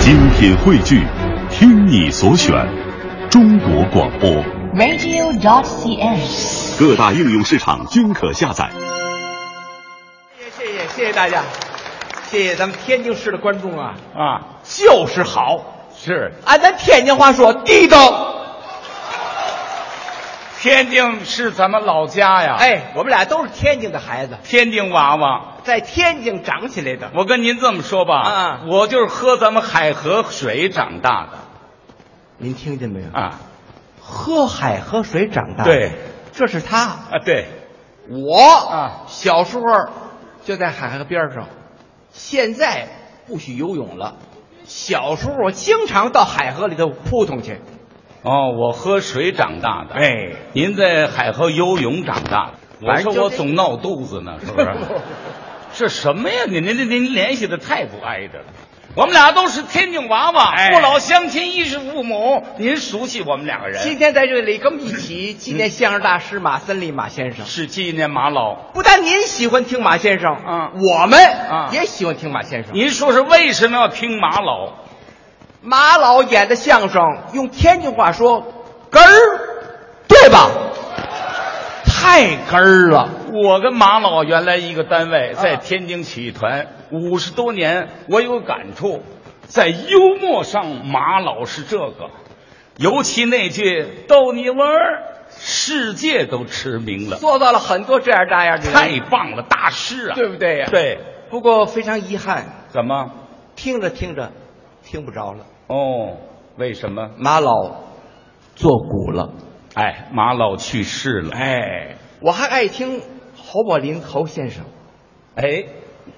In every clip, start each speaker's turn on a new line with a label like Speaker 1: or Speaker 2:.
Speaker 1: 精品汇聚，听你所选，中国广播。
Speaker 2: radio.cn。
Speaker 1: 各大应用市场均可下载。
Speaker 3: 谢谢谢谢谢谢大家，谢谢咱们天津市的观众啊，
Speaker 4: 啊，
Speaker 3: 就是好，
Speaker 4: 是
Speaker 3: 按咱天津话说地道。
Speaker 4: 天津是咱们老家呀，，
Speaker 3: 哎，我们俩都是天津的孩子，
Speaker 4: 天津娃娃。
Speaker 3: 在天津长起来的。
Speaker 4: 我跟您这么说吧，
Speaker 3: 啊
Speaker 4: 我就是喝咱们海河水长大的
Speaker 3: 您听见没有？
Speaker 4: 啊，
Speaker 3: 喝海喝水长大，
Speaker 4: 对，
Speaker 3: 这是他。
Speaker 4: 啊对，
Speaker 3: 我
Speaker 4: 啊
Speaker 3: 小时候就在海河边上，现在不许游泳了。小时候我经常到海河里头扑腾去。
Speaker 4: 哦，我喝水长大的，，
Speaker 3: 哎，
Speaker 4: 您在海河游泳长大的，我
Speaker 3: 反正
Speaker 4: 说
Speaker 3: 就
Speaker 4: 我
Speaker 3: 这
Speaker 4: 总闹肚子呢，是 不是？
Speaker 3: 哦
Speaker 4: 这什么呀？您您您您联系的太不挨着了。我们俩都是天津娃娃，
Speaker 3: 哎
Speaker 4: 父老乡亲，衣食父母。您熟悉我们两个
Speaker 3: 今
Speaker 4: 人，
Speaker 3: 天在这里跟我们一起纪念相声大师马三立马先生。
Speaker 4: 是纪念马老。
Speaker 3: 不但您喜欢听马先生，
Speaker 4: 啊
Speaker 3: 我们
Speaker 4: 啊
Speaker 3: 也喜欢听马先生。
Speaker 4: 您说是为什么要听马老？
Speaker 3: 马老演的相声，用天津话说，哏儿，对吧？太哏儿了。
Speaker 4: 我跟马老原来一个单位，
Speaker 3: 啊
Speaker 4: 在天津曲艺团五十多年，我有感触，在幽默上，马老是这个，尤其那句“逗你玩儿”，世界都驰名了，
Speaker 3: 做到了很多这样那样的人，
Speaker 4: 太棒了，大师啊！
Speaker 3: 对不对呀、。
Speaker 4: 对，
Speaker 3: 不过非常遗憾，
Speaker 4: 怎么？
Speaker 3: 听着听着，听不着了。
Speaker 4: 哦，为什么？
Speaker 3: 马老做古了。
Speaker 4: 哎，马老去世了。哎，
Speaker 3: 我还爱听侯宝林侯先生，
Speaker 4: 哎，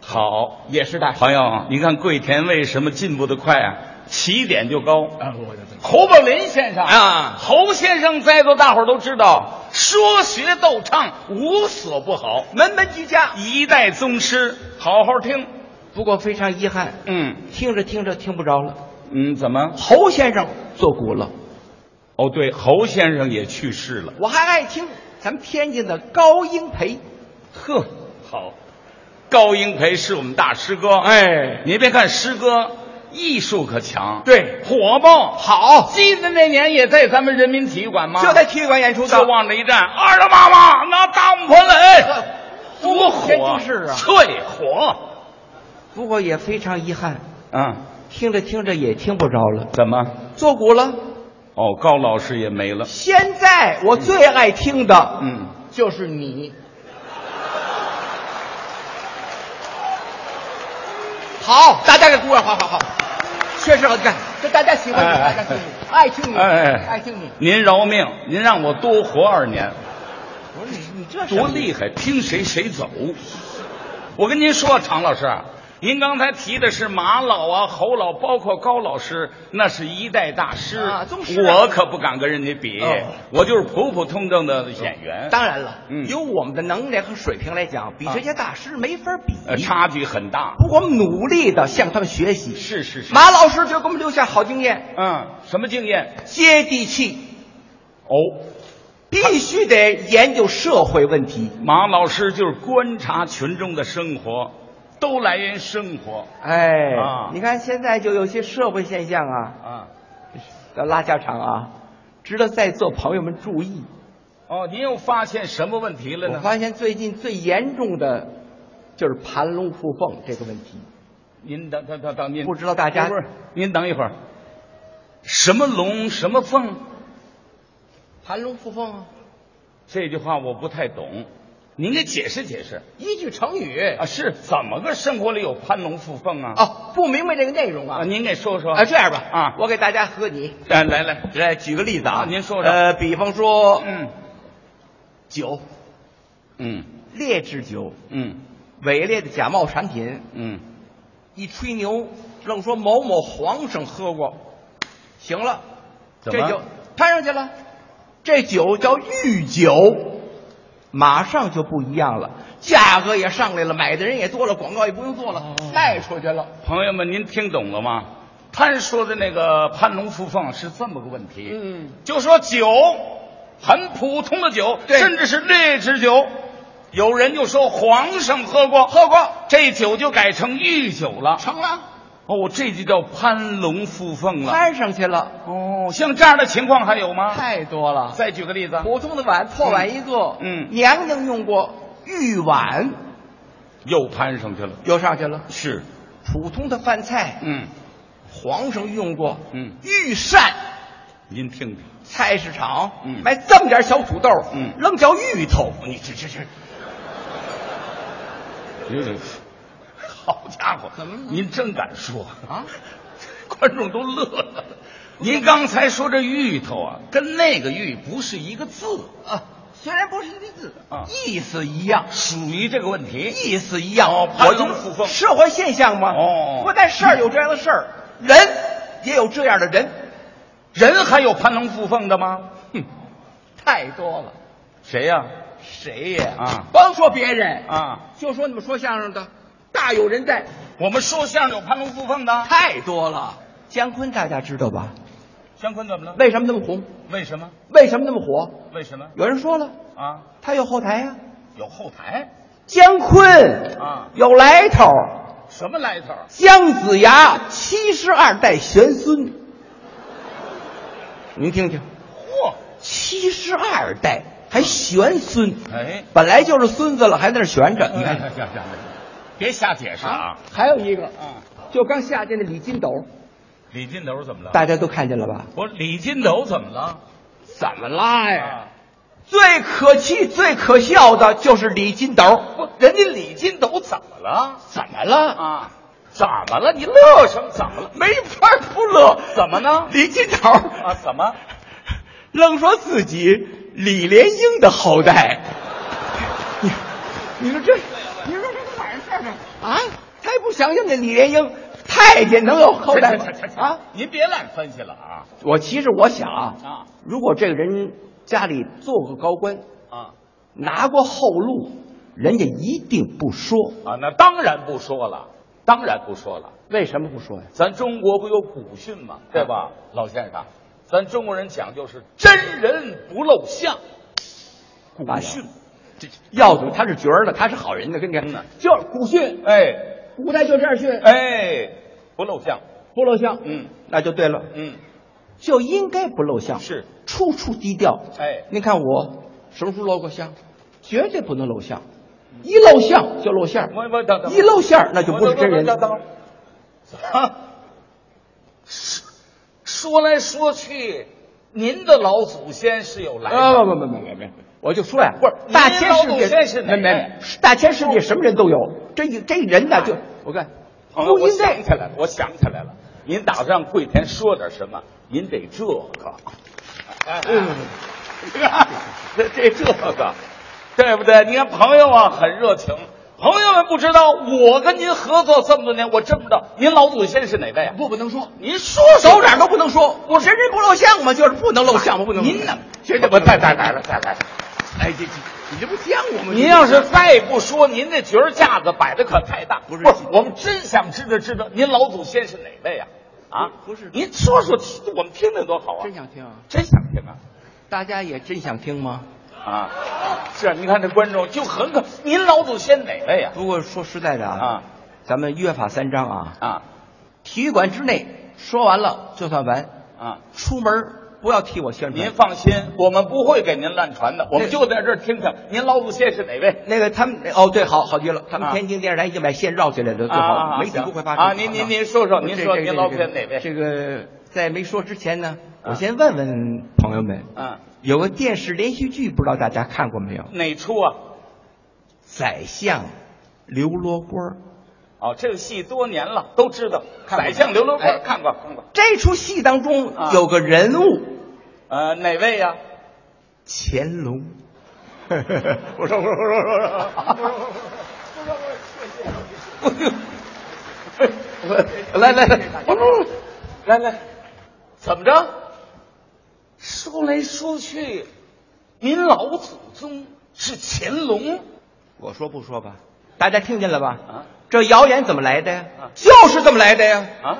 Speaker 4: 好，
Speaker 3: 也是大师。
Speaker 4: 朋友，你看跪田为什么进步的快啊？起点就高。
Speaker 3: 啊，我的
Speaker 4: 侯宝林先生
Speaker 3: 啊
Speaker 4: 侯先生在座大伙儿都知道，说学逗唱无所不好，
Speaker 3: 门门俱佳。
Speaker 4: 一代宗师，好好听。
Speaker 3: 不过非常遗憾，
Speaker 4: 嗯
Speaker 3: 听着听着听不着了。
Speaker 4: 嗯，怎么？
Speaker 3: 侯先生做古了，
Speaker 4: 哦，对，侯先生也去世了。
Speaker 3: 我还爱听咱们天津的高英培。
Speaker 4: 呵，好，高英培是我们大师哥。，
Speaker 3: 哎，
Speaker 4: 您别看师哥艺术可强，，
Speaker 3: 对，
Speaker 4: 火爆。
Speaker 3: 好，
Speaker 4: 记得那年也在咱们人民体育馆吗？
Speaker 3: 就在体育馆演出
Speaker 4: 就
Speaker 3: 的。
Speaker 4: 往这一站，二大妈妈拿大木盆来，哎多火！
Speaker 3: 天津市啊
Speaker 4: 淬火。
Speaker 3: 不过也非常遗憾，
Speaker 4: 嗯，
Speaker 3: 听着听着也听不着了，
Speaker 4: 怎么？
Speaker 3: 做古了。
Speaker 4: 哦，高老师也没了。
Speaker 3: 现在我最爱听的，
Speaker 4: 嗯，
Speaker 3: 就是你。好，大家给鼓掌，好好好，确实好看，这大家喜欢你，大家喜欢你，爱听你，爱听你。
Speaker 4: 哎您饶命，您让我多活二年，
Speaker 3: 不是你，你这
Speaker 4: 多厉害，听谁谁走。我跟您说，常老师啊，您刚才提的是马老啊、侯老，包括高老师，那是一代大师。
Speaker 3: 啊宗师啊
Speaker 4: 我可不敢跟人家比，
Speaker 3: 哦
Speaker 4: 我就是普普通通的演员，
Speaker 3: 当然了，
Speaker 4: 嗯
Speaker 3: 由我们的能耐和水平来讲，比这些大师没法比。
Speaker 4: 呃，差距很大。
Speaker 3: 不过我们努力的向他们学习。
Speaker 4: 是是是。
Speaker 3: 马老师就给我们留下好经验，
Speaker 4: 嗯，什么经验？
Speaker 3: 接地气，
Speaker 4: 哦，
Speaker 3: 必须得研究社会问题。
Speaker 4: 马老师就是观察群众的生活，都来源于生活
Speaker 3: 哎，
Speaker 4: 啊
Speaker 3: 你看现在就有些社会现象啊，
Speaker 4: 啊。
Speaker 3: 要拉家常啊，值得在座朋友们注意。
Speaker 4: 哦，您又发现什么问题了
Speaker 3: 我
Speaker 4: 呢？
Speaker 3: 发现最近最严重的就是盘龙附凤这个问题，
Speaker 4: 您等等等等，您
Speaker 3: 不知道大家
Speaker 4: 不是，您等一会儿。什么龙什么凤？
Speaker 3: 盘龙附凤啊，
Speaker 4: 这句话我不太懂，您给解释解释
Speaker 3: 一句成语
Speaker 4: 啊？是怎么个生活里有攀龙附凤啊？
Speaker 3: 哦，不明白这个内容
Speaker 4: 啊，
Speaker 3: 啊。
Speaker 4: 您给说说
Speaker 3: 啊，这样吧，
Speaker 4: 啊，
Speaker 3: 我给大家和你
Speaker 4: 来来来，
Speaker 3: 来举个例子
Speaker 4: 啊您说说
Speaker 3: 呃，比方说
Speaker 4: 嗯
Speaker 3: 酒，
Speaker 4: 嗯
Speaker 3: 劣质酒，
Speaker 4: 嗯
Speaker 3: 伪劣的假冒产品，
Speaker 4: 嗯，
Speaker 3: 一吹牛，愣说某某皇上喝过，行了，
Speaker 4: 怎
Speaker 3: 这
Speaker 4: 么
Speaker 3: 酒摊上去了，这酒叫御酒，马上就不一样了，价格也上来了，买的人也多了，广告也不用做
Speaker 4: 哦
Speaker 3: 了，卖出去了。
Speaker 4: 朋友们，您听懂了吗？他说的那个攀龙附凤是这么个问题，
Speaker 3: 嗯，
Speaker 4: 就说酒，很普通的酒，
Speaker 3: 对
Speaker 4: 甚至是劣质酒，有人就说皇上喝过，喝过，这酒就改成御酒了，
Speaker 3: 成了，
Speaker 4: 哦，这就叫攀龙附凤了。
Speaker 3: 攀上去了，
Speaker 4: 哦，像这样的情况还有吗？
Speaker 3: 太多了。
Speaker 4: 再举个例子，啊
Speaker 3: 普通的碗，破碗一个。
Speaker 4: 嗯嗯
Speaker 3: 娘娘用过玉碗，
Speaker 4: 又攀上去了。
Speaker 3: 又上去了。
Speaker 4: 是，
Speaker 3: 普通的饭菜，
Speaker 4: 嗯，
Speaker 3: 皇上用过。
Speaker 4: 嗯
Speaker 3: 御膳，
Speaker 4: 您听听，
Speaker 3: 菜市场，
Speaker 4: 嗯
Speaker 3: 买这么点小土豆，
Speaker 4: 嗯
Speaker 3: 扔叫芋头，你这这这，
Speaker 4: 好家伙，
Speaker 3: 怎么了
Speaker 4: 您真敢说
Speaker 3: 啊？
Speaker 4: 观众都乐了。您刚才说这芋头啊，跟那个芋不是一个字，
Speaker 3: 啊，虽然不是一个字
Speaker 4: 啊，
Speaker 3: 意思一样。
Speaker 4: 属于这个问题。
Speaker 3: 意思一样。我
Speaker 4: 哦攀
Speaker 3: 就
Speaker 4: 龙附凤
Speaker 3: 社会现象嘛。
Speaker 4: 哦
Speaker 3: 不但事儿有这样的事儿，人也有这样的人，
Speaker 4: 人还有攀龙附凤的吗？哼，
Speaker 3: 太多了。
Speaker 4: 谁呀、
Speaker 3: 谁呀？
Speaker 4: 啊
Speaker 3: 甭说别人，
Speaker 4: 啊，
Speaker 3: 就说你们说相声的，大有人在，
Speaker 4: 我们说相声有攀龙附凤的。
Speaker 3: 太多了。姜昆大家知道吧？
Speaker 4: 姜昆怎么了？
Speaker 3: 为什么那么红？
Speaker 4: 为什么？
Speaker 3: 为什么那么火？
Speaker 4: 为什么？
Speaker 3: 有人说了，
Speaker 4: 啊，
Speaker 3: 他有后台呀、
Speaker 4: 有后台，
Speaker 3: 姜昆
Speaker 4: 啊
Speaker 3: 有来头。
Speaker 4: 什么来头？
Speaker 3: 姜子牙七十二代玄孙，您听听。
Speaker 4: 嚯，
Speaker 3: 七十二代还玄孙，
Speaker 4: 哎，
Speaker 3: 本来就是孙子了，还在那儿悬着。你
Speaker 4: 你看，
Speaker 3: 看
Speaker 4: 行行行，别瞎解释哎啊！，
Speaker 3: 还有一个
Speaker 4: 啊，
Speaker 3: 就刚下界的李金斗，
Speaker 4: 李金斗怎么了？
Speaker 3: 大家都看见了吧？
Speaker 4: 我李金斗怎么了？
Speaker 3: 怎么啦
Speaker 4: 哎，
Speaker 3: 最可气、最可笑的就是李金斗，
Speaker 4: 不，人家李金斗怎么了？
Speaker 3: 怎么了？
Speaker 4: 啊，怎么了？你乐什么？怎么了？
Speaker 3: 没法不乐，
Speaker 4: 怎么呢
Speaker 3: 李金斗
Speaker 4: 啊，怎 么？
Speaker 3: 愣说自己李莲英的后代，你你说这，你说这是哪儿事儿啊？还不想想那李莲英太监能有后代吗
Speaker 4: 这这这？这
Speaker 3: 啊？
Speaker 4: 您别乱分析了啊
Speaker 3: 我其实我想啊，
Speaker 4: 啊
Speaker 3: 如果这个人家里做过高官，
Speaker 4: 啊
Speaker 3: 拿过后路，人家一定不说。
Speaker 4: 啊！那当然不说了，当然不说了。
Speaker 3: 为什么不说呀？
Speaker 4: 咱中国不有古训吗？对
Speaker 3: 啊
Speaker 4: 吧，老先生？咱中国人讲究是真人不露相，古
Speaker 3: 大爷
Speaker 4: 训。这
Speaker 3: 啊要怎么他是角儿的，他是好人的，跟你看，就是古训，
Speaker 4: 哎
Speaker 3: 古代就这样训，
Speaker 4: 哎，不露相。
Speaker 3: 不露相，
Speaker 4: 嗯
Speaker 3: 那就对了，
Speaker 4: 嗯，
Speaker 3: 就应该不露相，
Speaker 4: 是
Speaker 3: 处处低调。
Speaker 4: 哎
Speaker 3: 您看我什么时候露过相？绝对不能露相，一露相就露馅儿
Speaker 4: 我我等等
Speaker 3: 一露馅儿那就不是真人。
Speaker 4: 等等等等啊 说说来说去，您的老祖先是有来
Speaker 3: 啊
Speaker 4: 头
Speaker 3: 不不不不不，我就说呀，
Speaker 4: 不是
Speaker 3: 大
Speaker 4: 您
Speaker 3: 千
Speaker 4: 老
Speaker 3: 世
Speaker 4: 祖
Speaker 3: 界，
Speaker 4: 先是哪
Speaker 3: 没没
Speaker 4: 位
Speaker 3: 没，大千世界什么人都有，这一这人呢就我看
Speaker 4: 哦
Speaker 3: 不
Speaker 4: 我
Speaker 3: 应该
Speaker 4: 想起来了，我想起来了，您打算跪前说点什么？您得这个，
Speaker 3: 嗯
Speaker 4: 这这这个，对不对？你看朋友啊，很热情。朋友们不知道，我跟您合作这么多年，我真不知道您老祖先是哪位啊？
Speaker 3: 不不能说，
Speaker 4: 您说
Speaker 3: 手哪儿都不能说，我人人不露相嘛，就是不能露相嘛，不能。
Speaker 4: 您呢？
Speaker 3: 绝对不
Speaker 4: 我太
Speaker 3: 能。
Speaker 4: 太太太太太。
Speaker 3: 哎，这这你这不将我吗？
Speaker 4: 您要是再不说，您这角儿架子摆的可太大。
Speaker 3: 不是
Speaker 4: 我们真想知道知道您老祖先是哪位啊？啊，
Speaker 3: 不是
Speaker 4: 您说说，我们听听多好啊！
Speaker 3: 真想听啊，
Speaker 4: 真想听啊！
Speaker 3: 大家也真想听吗？
Speaker 4: 啊，是，你看这观众就很可，您老祖先哪位呀、
Speaker 3: 不过说实在的
Speaker 4: 啊，
Speaker 3: 咱们约法三章啊，
Speaker 4: 啊？
Speaker 3: 体育馆之内说完了就算完，
Speaker 4: 啊啊！
Speaker 3: 出门儿不要替我宣传。
Speaker 4: 您放心，我们不会给您乱传的，我们
Speaker 3: 那
Speaker 4: 就在这儿听听您老祖先是哪位。
Speaker 3: 那个他们哦，对，好好极了，他们
Speaker 4: 啊
Speaker 3: 天津电视台已经把线绕起来了，最
Speaker 4: 啊啊
Speaker 3: 好
Speaker 4: 啊
Speaker 3: 媒体不会发
Speaker 4: 啊
Speaker 3: 生
Speaker 4: 您
Speaker 3: 好
Speaker 4: 您
Speaker 3: 吧
Speaker 4: 您说说
Speaker 3: 我
Speaker 4: 您
Speaker 3: 这
Speaker 4: 说
Speaker 3: 这
Speaker 4: 您
Speaker 3: 这
Speaker 4: 老
Speaker 3: 这
Speaker 4: 偏哪位
Speaker 3: 这个在没说之前呢，我
Speaker 4: 啊
Speaker 3: 先问问朋友们，
Speaker 4: 啊，
Speaker 3: 有个电视连续剧，不知道大家看过没有？
Speaker 4: 哪出啊？
Speaker 3: 宰相刘罗锅，
Speaker 4: 哦，这个戏多年了，都知道。
Speaker 3: 看过
Speaker 4: 宰相刘罗锅
Speaker 3: 哎
Speaker 4: 看过看过。
Speaker 3: 这出戏当中
Speaker 4: 啊
Speaker 3: 有个人物
Speaker 4: 呃，哪位呀、
Speaker 3: 乾隆，
Speaker 4: 我说我说我说我说
Speaker 3: 来来来，不不不
Speaker 4: 来来，怎么着？说来说去，您老祖宗是乾隆
Speaker 3: 我说不说吧，大家听见了吧？
Speaker 4: 啊
Speaker 3: 这谣言怎么来的呀？
Speaker 4: 啊
Speaker 3: 就是这么来的呀！
Speaker 4: 啊？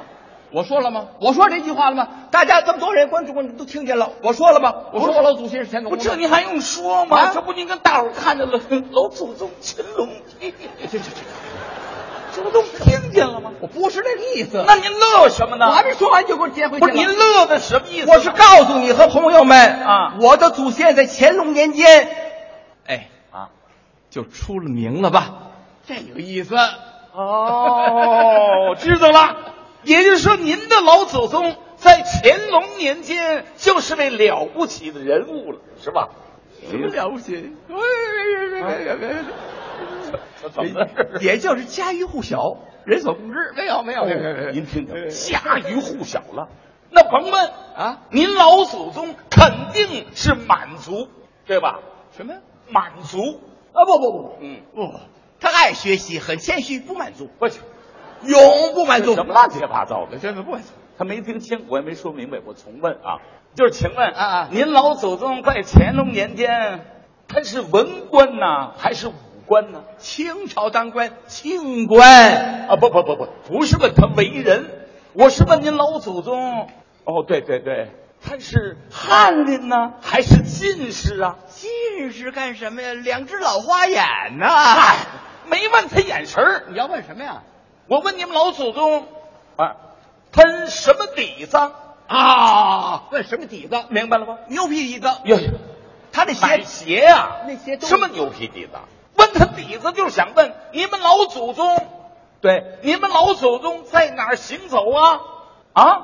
Speaker 3: 我说了吗？我说这句话了吗？大家这么多人关注关注都听见了，我说了吗？我说我老祖先是乾隆
Speaker 4: 不，
Speaker 3: 吗。
Speaker 4: 这您还用说吗？
Speaker 3: 啊
Speaker 4: 这不您跟大伙儿看见了老祖宗乾隆？
Speaker 3: 这这这，
Speaker 2: 这不都听见了吗？
Speaker 3: 我不是那个意思。
Speaker 4: 那您乐什么呢？
Speaker 3: 我还没说完就给我接回去
Speaker 4: 不
Speaker 3: 了。
Speaker 4: 是您乐的什么意思？
Speaker 3: 我是告诉你和朋友们
Speaker 4: 啊
Speaker 3: 我的祖先在乾隆年间，哎，
Speaker 4: 啊，
Speaker 3: 就出了名了吧？这个意思。
Speaker 4: 哦，知道了。也就是说，您的老祖宗在乾隆年间就是位了不起的人物了，是吧？
Speaker 3: 什么了不起？
Speaker 4: 怎么了？
Speaker 3: 也就是家喻户晓，人所共知。没有，没有，没有，没有没有
Speaker 4: 您听 听，家喻户晓了。那甭问
Speaker 3: 啊，
Speaker 4: 您老祖宗肯定是满族，对吧？
Speaker 3: 什么呀？
Speaker 4: 满族，
Speaker 3: 啊，不不不，
Speaker 4: 嗯，
Speaker 3: 不，他爱学习，很谦虚，不满足，
Speaker 4: 不去，
Speaker 3: 永不满足。
Speaker 4: 什么乱七八糟的？
Speaker 3: 真的不满足。
Speaker 4: 他没听清，我也没说明白，我重问啊，就是请问
Speaker 3: 啊啊
Speaker 4: 您老祖宗在乾隆年间，他是文官呐，还是武官呢？
Speaker 3: 清朝当官，清官。
Speaker 4: 啊，不不不不，不是问他为人，我是问您老祖宗。哦，对对对，他是翰林呢，还是进士啊？
Speaker 3: 近视干什么呀？两只老花眼呐、
Speaker 4: 哎没问他眼神儿，
Speaker 3: 你要问什么呀？
Speaker 4: 我问你们老祖宗，啊，他什么底子？
Speaker 3: 啊，问什么底子？
Speaker 4: 明白了吗？
Speaker 3: 牛皮底子。
Speaker 4: 哟，
Speaker 3: 他那
Speaker 4: 买
Speaker 3: 鞋
Speaker 4: 鞋呀、
Speaker 3: 那些都
Speaker 4: 什么牛皮底子？问他底子就是想问你们老祖宗，对，你们老祖宗在哪儿行走啊？啊，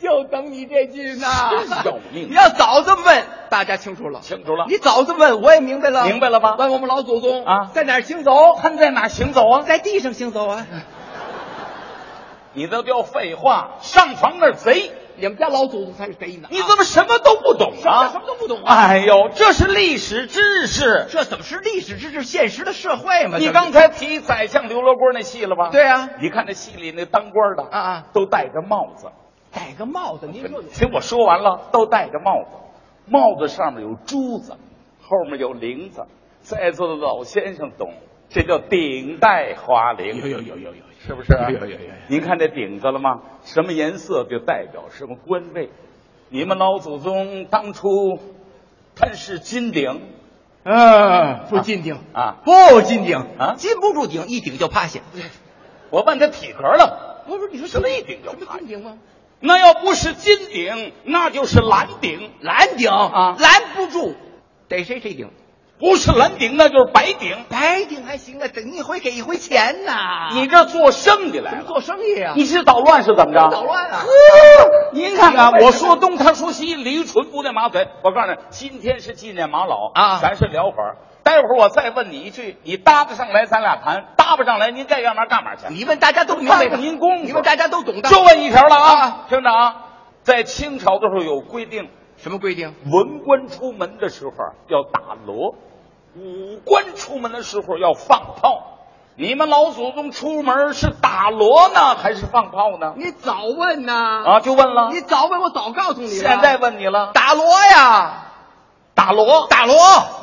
Speaker 3: 就等你这句呢
Speaker 4: 真有命
Speaker 3: 你要早这么问，大家清楚了。
Speaker 4: 清楚了
Speaker 3: 你早这么问，我也明白了。
Speaker 4: 明白了吧
Speaker 3: 问我们老祖宗
Speaker 4: 啊
Speaker 3: 在哪儿行走？
Speaker 4: 他们在哪儿行走啊？
Speaker 3: 在地上行走 啊。
Speaker 4: 你这叫废话，上床那儿贼，
Speaker 3: 你们家老祖宗才是贼呢。
Speaker 4: 你怎么什么都不懂
Speaker 3: 什么
Speaker 4: 啊？
Speaker 3: 什么都不懂啊？
Speaker 4: 哎呦，这是历史知识。
Speaker 3: 这怎么是历史？这是现实的社会嘛？
Speaker 4: 你
Speaker 3: 这不是
Speaker 4: 刚才提宰相刘罗锅那戏了吧？
Speaker 3: 对啊
Speaker 4: 你看那戏里那当官的
Speaker 3: 啊啊，
Speaker 4: 都戴着帽子。
Speaker 3: 戴个帽子，您说
Speaker 4: 听我说完了，都戴着帽子，帽子上面有珠子，后面有铃子。在座的老先生懂，这叫顶戴花翎。有有有有有，是不是？有有有有。您看这顶子了吗？什么颜色就代表什么官位。你们老祖宗当初他是金顶
Speaker 3: 嗯，不进顶
Speaker 4: 啊，
Speaker 3: 不进顶
Speaker 4: 啊
Speaker 3: 禁不住顶，一顶就趴下。
Speaker 4: 我问他体格了，
Speaker 3: 不是你说
Speaker 4: 什么一顶就
Speaker 3: 什么
Speaker 4: 趴
Speaker 3: 进顶啊吗？
Speaker 4: 那要不是金顶，那就是蓝顶。
Speaker 3: 蓝顶
Speaker 4: 啊
Speaker 3: 拦不住，逮谁谁顶。
Speaker 4: 不是蓝顶，那就是白顶。
Speaker 3: 白顶还行啊，顶一回给一回钱呐。
Speaker 4: 你这做生意来了，
Speaker 3: 做生意啊？
Speaker 4: 你是捣乱是怎么着？
Speaker 3: 捣乱啊
Speaker 4: 呵，您看看，我说东，他说西，驴唇不对马嘴。我告诉你，今天是纪念马老
Speaker 3: 啊
Speaker 4: 咱是聊会儿。待会儿我再问你一句，你搭不上来，咱俩谈；搭不上来，您该干嘛干嘛去。
Speaker 3: 你问大家都明白
Speaker 4: 看
Speaker 3: 的，
Speaker 4: 看您功夫
Speaker 3: 你问大家都懂的。
Speaker 4: 就问一条了啊，听着啊，在清朝的时候有规定，
Speaker 3: 什么规定？
Speaker 4: 文官出门的时候啊要打锣，武官出门的时候要放炮。你们老祖宗出门是打锣呢，还是放炮呢？
Speaker 3: 你早问呐！
Speaker 4: 啊，就问了。
Speaker 3: 你早问，我早告诉你了。
Speaker 4: 现在问你了，
Speaker 3: 打锣呀，
Speaker 4: 打锣，
Speaker 3: 打锣，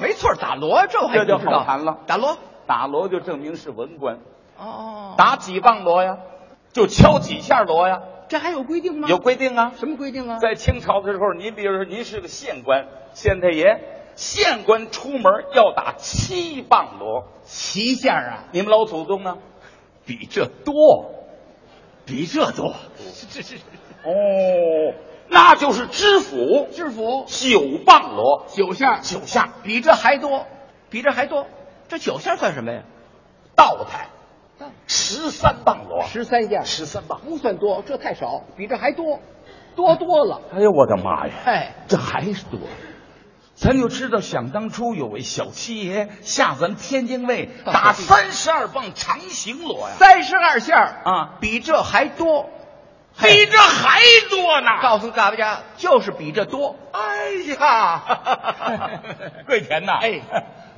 Speaker 3: 没错，打锣这我还
Speaker 4: 这就
Speaker 3: 不知道
Speaker 4: 好谈了
Speaker 3: 打锣，
Speaker 4: 打锣就证明是文官。
Speaker 3: 哦，
Speaker 4: 打几棒锣呀？就敲几下锣呀？
Speaker 3: 这还有规定吗？
Speaker 4: 有规定啊。
Speaker 3: 什么规定啊？
Speaker 4: 在清朝的时候，您比如说您是个县官，县太爷，县官出门要打七棒锣。
Speaker 3: 旗下啊，
Speaker 4: 你们老祖宗呢？
Speaker 3: 比这多，比这多。这是
Speaker 4: 哦，那就是知府
Speaker 3: 制服
Speaker 4: 九棒锣。
Speaker 3: 九下，九下比这还多，比这还多。这九下算什么呀？
Speaker 4: 道台十三棒锣，
Speaker 3: 十三下
Speaker 4: 十三棒。
Speaker 3: 不算多，这太少，比这还多，多多了。
Speaker 4: 哎呦我的妈呀！
Speaker 3: 哎，
Speaker 4: 这还是多。咱就知道，想当初有位小七爷下咱天津卫打三十二棒长行锣呀，
Speaker 3: 三十二下
Speaker 4: 啊
Speaker 3: 比这还多。
Speaker 4: 比这还多呢。
Speaker 3: 告诉大家，就是比这多。
Speaker 4: 哎 呀，跪田呐！
Speaker 3: 哎，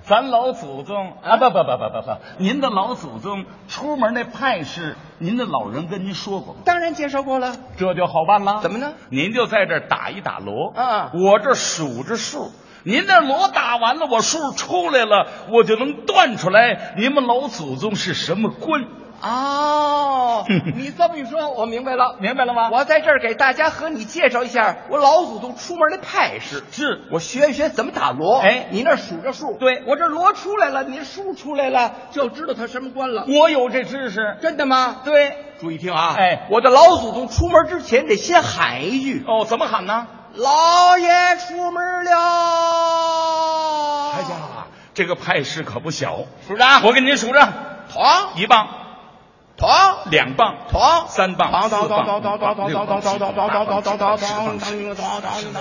Speaker 4: 咱老祖宗啊，不不不不不不，您的老祖宗出门那派事，您的老人跟您说过吗？
Speaker 3: 当然介绍过了，
Speaker 4: 这就好办了。
Speaker 3: 怎么呢？
Speaker 4: 您就在这儿打一打锣，
Speaker 3: 啊
Speaker 4: 我这数着数。您那锣打完了，我数出来了，我就能断出来你们老祖宗是什么官。
Speaker 3: 哦，你这么一说，我明白了。
Speaker 4: 明白了吗？
Speaker 3: 我在这儿给大家和你介绍一下我老祖宗出门的派式，
Speaker 4: 是
Speaker 3: 我学一学怎么打锣。
Speaker 4: 哎
Speaker 3: 你那儿数着数，
Speaker 4: 对
Speaker 3: 我这锣出来了，你数出来了，就知道它什么关了。
Speaker 4: 我有这知识。
Speaker 3: 真的吗？
Speaker 4: 对，
Speaker 3: 注意听啊！
Speaker 4: 哎
Speaker 3: 我的老祖宗出门之前得先喊一句
Speaker 4: 哦，怎么喊呢？：“
Speaker 3: 老爷出门了。”
Speaker 4: 哎，呀，这个派势可不小。
Speaker 3: 署长，
Speaker 4: 我给您数着，
Speaker 3: 捅
Speaker 4: 一磅、
Speaker 3: 捅。
Speaker 4: 两磅、
Speaker 3: 捅
Speaker 4: 三磅、
Speaker 3: 当
Speaker 4: 四
Speaker 3: 当
Speaker 4: 磅、
Speaker 3: 当当当当当当当当当当当当当当当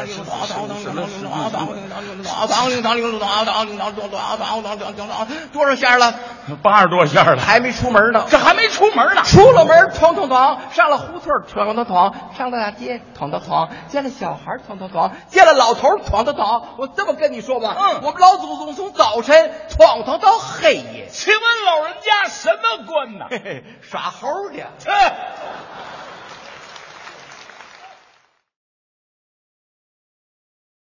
Speaker 3: 多少下了？
Speaker 4: 八十多下了，
Speaker 3: 还没出门呢。
Speaker 4: 这还没出门呢。
Speaker 3: 出了门，捅捅捅，上了胡同儿，捅捅捅，上了大街，捅捅捅，见了小孩儿，捅捅捅，见了老头儿，捅捅捅。我这么跟你说吧，
Speaker 4: 嗯
Speaker 3: 我们老祖宗从早晨捅捅到黑夜，
Speaker 4: 请问老人家什么官呢？呃
Speaker 3: 嘿嘿，耍猴儿去。
Speaker 4: 切，